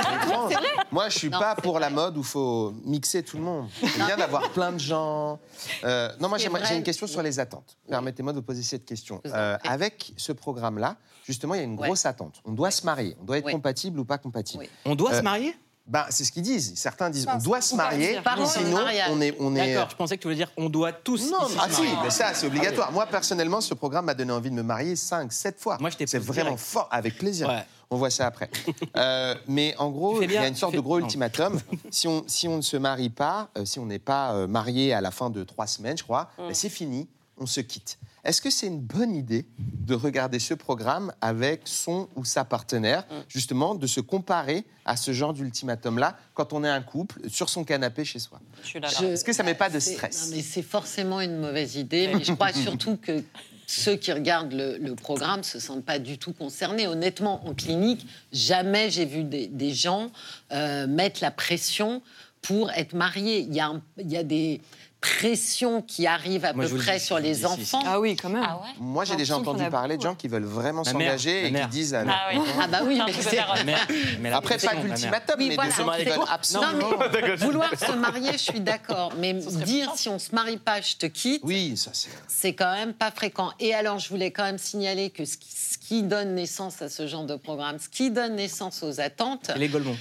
S2: C'est étrange. Moi, je suis
S3: Non,
S2: pas
S3: c'est
S2: pour la mode où il faut mixer tout le monde. C'est bien d'avoir plein de gens. Euh, non, moi,
S3: C'est
S2: j'aimerais-
S3: vrai.
S2: j'ai une question sur les attentes. Permettez-moi de vous poser cette question.
S3: Vous en
S2: Euh, avec ce programme-là, justement, il y a une grosse attente. On doit se marier. On doit être compatible ou pas compatible.
S1: On doit se
S2: Euh,
S1: marier
S2: ben, c'est ce qu'ils disent. Certains disent on
S1: Mince.
S2: doit se
S1: Ou pas
S2: marier,
S1: dire. Parlons de
S2: sinon
S1: mariage.
S2: on est, on est euh,
S1: D'accord, je pensais que tu voulais dire on doit tous.
S2: non,
S1: ici
S2: ah
S1: se
S2: si,
S1: marier.
S2: mais ça c'est obligatoire.
S1: Ah oui.
S2: Moi personnellement, ce programme m'a donné envie de me marier 5, 7 fois. Moi, C'est vraiment
S1: direct.
S2: fort, avec plaisir. On voit
S1: [LAUGHS]
S2: ça après. Euh, mais en gros,
S1: fais
S2: il y
S1: bien,
S2: a une sorte
S1: tu
S2: de
S1: fais-
S2: gros
S1: non. [LAUGHS]
S2: ultimatum. si, on, si on ne se marie pas, euh, si on n'est pas euh, marié à la fin de trois semaines, je crois,
S1: Mm.
S2: ben, c'est fini, on se quitte. Est-ce que c'est une bonne idée de regarder ce programme avec son ou sa partenaire,
S1: Mm.
S2: justement, de se comparer à ce genre d'ultimatum-là quand on est un couple sur son canapé chez soi Est-ce que ça met pas de
S3: Ah, C'est-
S2: stress
S3: non, mais c'est forcément une mauvaise idée. Mais je crois surtout que ceux qui regardent le, le programme se sentent pas du tout concernés. Honnêtement, en clinique, jamais j'ai vu des, des gens euh, mettre la pression pour être mariés. Il y a, un- il y a des pressions qui arrivent à
S2: Moi, je
S3: peu
S2: vous le
S3: près
S2: dis,
S3: sur
S2: je vous le
S3: les
S2: dis, si, si.
S3: enfants.
S5: Ah oui, quand même.
S2: Moi, j'ai déjà entendu parler de gens qui veulent vraiment
S1: Ma mère,
S2: s'engager
S1: ma
S2: et qui
S1: mère.
S2: disent. ah, non. [LAUGHS]
S3: Ah, oui. Ah bah oui,
S1: Non,
S3: mais
S1: tu peux
S3: c'est...
S1: faire- Ma mère- mais la
S2: Après,
S1: pression,
S2: pas
S1: ma mère.
S2: l'ultimatum,
S1: Oui,
S2: mais
S1: voilà.
S2: de se marier
S1: C'est-
S2: quand même, absolument.
S1: Non, [LAUGHS] mais-
S3: Vouloir se marier, je suis d'accord, mais dire si on se marie pas, je te quitte.
S2: Oui, ça c'est.
S3: C'est quand même pas fréquent. Et alors, je voulais quand même signaler que ce qui, ce qui donne naissance à ce genre de programme, ce qui donne naissance aux attentes,
S1: Ah Les Golemons.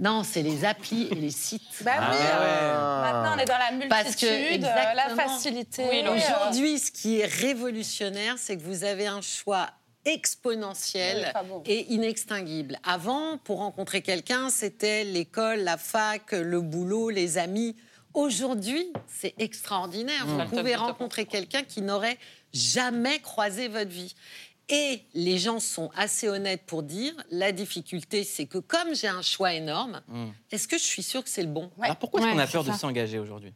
S3: non, c'est les applis et les sites.
S1: Bah Ah oui, ouais.
S22: Maintenant, on est dans la multitude,
S3: Parce que,
S22: euh, la
S3: exactement.
S22: facilité. euh,
S3: Aujourd'hui, ce qui est révolutionnaire, c'est que vous avez un choix exponentiel
S22: Oui, pas bon.
S3: et inextinguible. Avant, pour rencontrer quelqu'un, c'était l'école, la fac, le boulot, les amis. Aujourd'hui, c'est extraordinaire.
S7: Mmh.
S3: Vous pouvez rencontrer quelqu'un qui n'aurait jamais croisé votre vie. Et les gens sont assez honnêtes pour dire, la difficulté, c'est que comme j'ai un choix énorme,
S2: Hmm.
S1: Mmh.
S3: est-ce que je suis sûre que c'est le bon
S1: Alors pourquoi est-ce qu'on a peur de s'engager aujourd'hui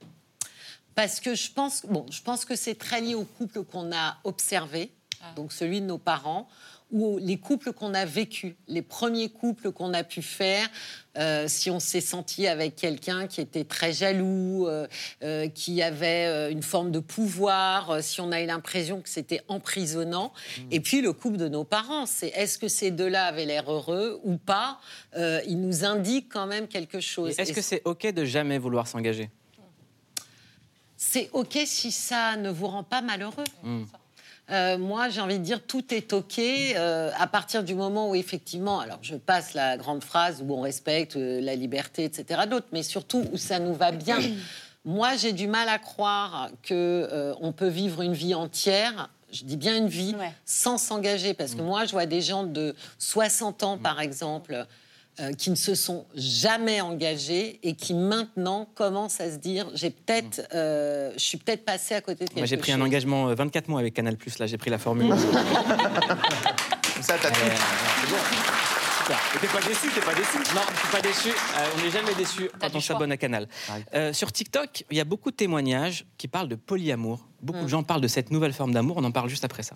S3: parce que je pense, bon, je pense que c'est très lié au couple qu'on a observé, donc celui de nos parents, ou les couples qu'on a vécus, les premiers couples qu'on a pu faire, euh, si on s'est senti avec quelqu'un qui était très jaloux, euh, euh, qui avait euh, une forme de pouvoir, euh, si on a eu l'impression que c'était emprisonnant.
S1: Hmm.
S3: Et puis le couple de nos parents, c'est est-ce que ces deux-là avaient l'air heureux ou pas Euh, Ils nous indiquent quand même quelque chose.
S1: Est-ce
S3: Et
S1: que c'est OK de jamais vouloir s'engager
S3: c'est OK si ça ne vous rend pas malheureux. Euh, moi, j'ai envie de dire, tout est OK euh, à partir du moment où, effectivement, alors je passe la grande phrase où on respecte euh, la liberté, etc., d'autres, mais surtout où ça nous va bien. Moi, j'ai du mal à croire que euh, on peut vivre une vie entière. Je dis bien une vie sans s'engager, parce que
S1: Mm.
S3: moi, je vois des gens de 60 ans, par exemple, euh, qui ne se sont jamais engagés et qui maintenant commencent à se dire j'ai peut-être, euh, je suis peut-être passé à côté de quelque
S1: Mm. Moi, j'ai pris un
S3: chose.
S1: engagement euh, 24 mois avec Canal+, là, j'ai pris la [LAUGHS] formule. Euh,
S2: ça, t'as
S1: Et t'es pas déçu, t'es pas déçu Non, je suis pas déçu. Euh, on n'est jamais déçu quand on s'abonne à Canal. Euh, sur TikTok, il y a beaucoup de témoignages qui parlent de polyamour. Beaucoup de gens parlent de cette nouvelle forme d'amour. On en parle juste après ça.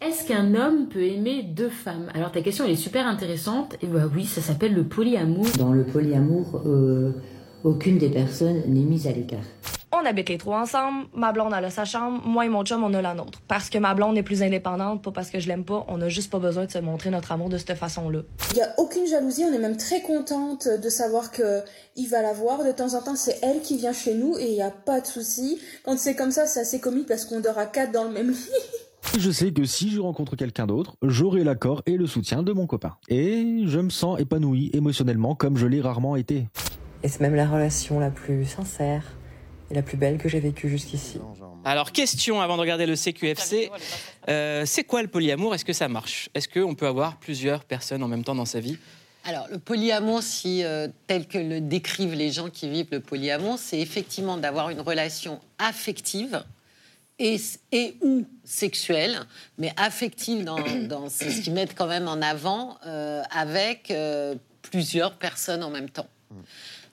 S9: Est-ce qu'un homme peut aimer deux femmes Alors ta question elle est super intéressante. Et bah oui, ça s'appelle le polyamour.
S23: Dans le polyamour, euh, aucune des personnes n'est mise à l'écart.
S24: On habite les trois ensemble, ma blonde elle a sa chambre, moi et mon chum on a la nôtre. Parce que ma blonde est plus indépendante, pas parce que je l'aime pas, on a juste pas besoin de se montrer notre amour de cette façon-là.
S25: Il n'y a aucune jalousie, on est même très contente de savoir que il va la voir. De temps en temps, c'est elle qui vient chez nous et il n'y a pas de souci. Quand c'est comme ça, c'est assez comique parce qu'on dort à quatre dans le même lit.
S26: Je sais que si je rencontre quelqu'un d'autre, j'aurai l'accord et le soutien de mon copain. Et je me sens épanoui émotionnellement comme je l'ai rarement été.
S27: Et c'est même la relation la plus sincère et la plus belle que j'ai vécue jusqu'ici.
S1: Alors, question avant de regarder le CQFC. Euh, c'est quoi le polyamour Est-ce que ça marche Est-ce qu'on peut avoir plusieurs personnes en même temps dans sa vie
S3: Alors, le polyamour, si euh, tel que le décrivent les gens qui vivent le polyamour, c'est effectivement d'avoir une relation affective et, et ou sexuelle, mais
S23: [COUGHS]
S3: affective dans, dans c'est ce qu'ils mettent quand même en avant euh, avec euh, plusieurs personnes en même temps.
S23: Mm.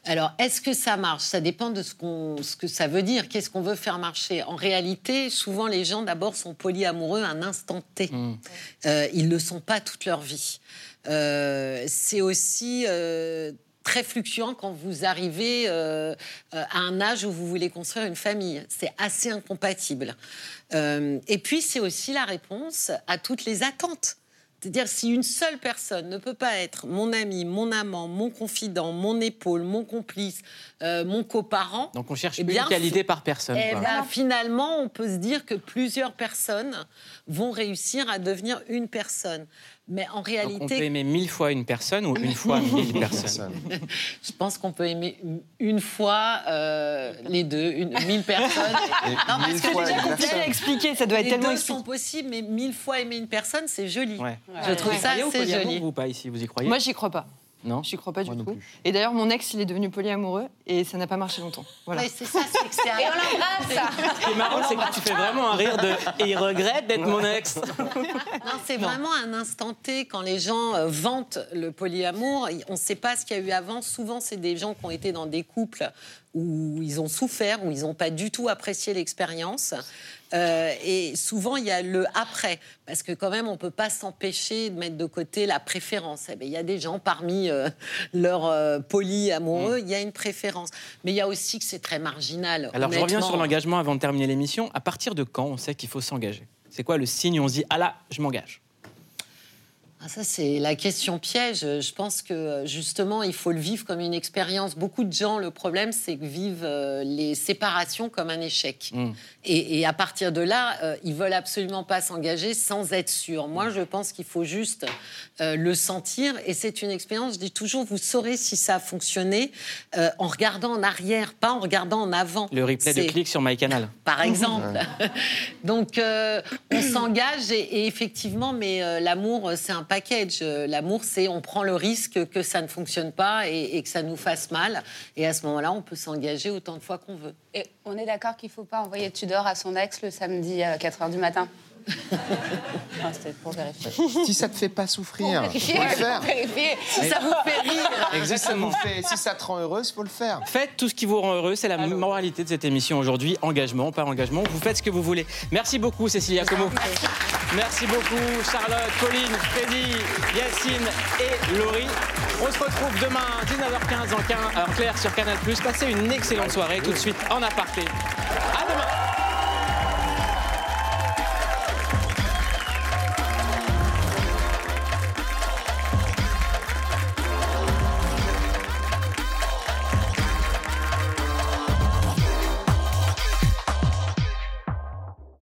S3: Alors, est-ce que ça marche Ça dépend de ce, qu'on, ce que ça veut dire. Qu'est-ce qu'on veut faire marcher En réalité, souvent, les gens, d'abord, sont polyamoureux à un instant T. Euh, ils ne le sont pas toute leur vie. Euh, c'est aussi euh, très fluctuant quand vous arrivez euh, euh, à un âge où vous voulez construire une famille. C'est assez incompatible. Euh, et puis, c'est aussi la réponse à toutes les attentes. C'est-à-dire, si une seule personne ne peut pas être mon ami, mon amant, mon confident, mon épaule, mon complice, euh, mon coparent,
S1: Donc on cherche
S3: eh
S1: une
S3: bien,
S1: qualité
S3: fi-
S1: par personne.
S3: eh
S1: quoi.
S3: ben, finalement, on peut se dire que plusieurs personnes vont réussir à devenir une personne. Mais en
S1: Donc on peut
S3: réalité,
S1: aimer mille fois une personne ou
S3: [LAUGHS]
S1: une fois mille personnes.
S3: je pense qu'on peut aimer une fois euh, les deux, une, mille personnes.
S1: Et
S3: non,
S1: mille
S3: parce que
S1: fois
S3: déjà
S1: une
S3: qu'on
S1: personne.
S3: peut
S5: Expliquer, ça doit être
S3: les
S5: tellement
S3: deux
S5: expli-
S3: sont possibles, mais mille fois aimer une personne, c'est joli.
S1: Ouais.
S3: Je trouve
S1: Vous y
S3: ça
S1: croyez au
S3: assez
S1: polyamour,
S3: joli.
S1: Vous ou pas ici, vous y croyez
S5: Moi, j'y crois pas.
S1: Non,
S5: j'y crois pas du tout. Et d'ailleurs, mon ex, il est devenu polyamoureux et ça n'a pas marché longtemps. Voilà.
S3: Ouais, c'est ça, c'est que [LAUGHS] c'est un-
S5: Et on
S1: Ce qui est marrant, c'est que tu fais vraiment un rire de et il regrette d'être mon ex.
S3: Non, c'est vraiment un instant T quand les gens euh, vantent le polyamour. On ne sait pas ce qu'il y a eu avant. Souvent, c'est des gens qui ont été dans des couples où ils ont souffert, où ils n'ont pas du tout apprécié l'expérience. Euh, et souvent, il y a le après, parce que quand même, on ne peut pas s'empêcher de mettre de côté la préférence. Eh bien, il y a des gens parmi euh, leurs euh,
S1: Mm.
S3: polyamoureux, il y a une préférence. Mais il y a aussi que c'est très [LAUGHS] marginal.
S1: Alors je reviens
S3: honnêtement.
S1: sur l'engagement avant de terminer l'émission. À partir de quand on sait qu'il faut s'engager C'est quoi le signe où on se dit ah là, je m'engage
S3: Ah, ça, c'est la question piège. Je pense que euh, justement, il faut le vivre comme une expérience. Beaucoup de gens, le problème, c'est que vivent euh, les séparations comme un échec.
S1: Mm.
S3: Et, et à partir de là, euh, ils veulent absolument pas s'engager sans être sûrs. Moi,
S1: Mm.
S3: je pense qu'il faut juste euh, le sentir. Et c'est une expérience, je dis toujours, vous saurez si ça a fonctionné euh, en regardant en arrière, pas en regardant en avant.
S1: Le replay de
S3: C'est-
S1: clic sur MyCanal.
S3: [LAUGHS] par exemple.
S1: Ouais.
S3: [LAUGHS] Donc, euh, on s'engage et, et effectivement, mais euh, l'amour, euh, c'est un package. Euh, L'amour, c'est on prend le risque que ça ne fonctionne pas et, et que ça nous fasse mal. Et à ce moment-là, on peut s'engager autant de fois qu'on veut.
S6: Et on est d'accord qu'il ne faut pas envoyer Tudor à son ex le samedi
S22: euh,
S6: à 4h du matin Non, C'était pour vérifier.
S2: [LAUGHS] si ça te fait pas souffrir,
S6: Pour
S2: faut le faire.
S6: vérifier. Si ça
S2: Et-
S6: vous fait rire.
S1: Exactement.
S2: Si ça, vous fait- si ça te rend heureuse, faut le faire.
S1: Faites tout ce qui vous rend heureux, c'est la moralité de cette émission aujourd'hui. Engagement, pas engagement, vous faites ce que vous voulez. Merci beaucoup Cécilia Como. Merci beaucoup Charlotte, Pauline, Freddy, Yacine et Laurie. On se retrouve demain 19h15 en 15 heure claire sur Canal+. Passez une excellente soirée tout de suite en aparté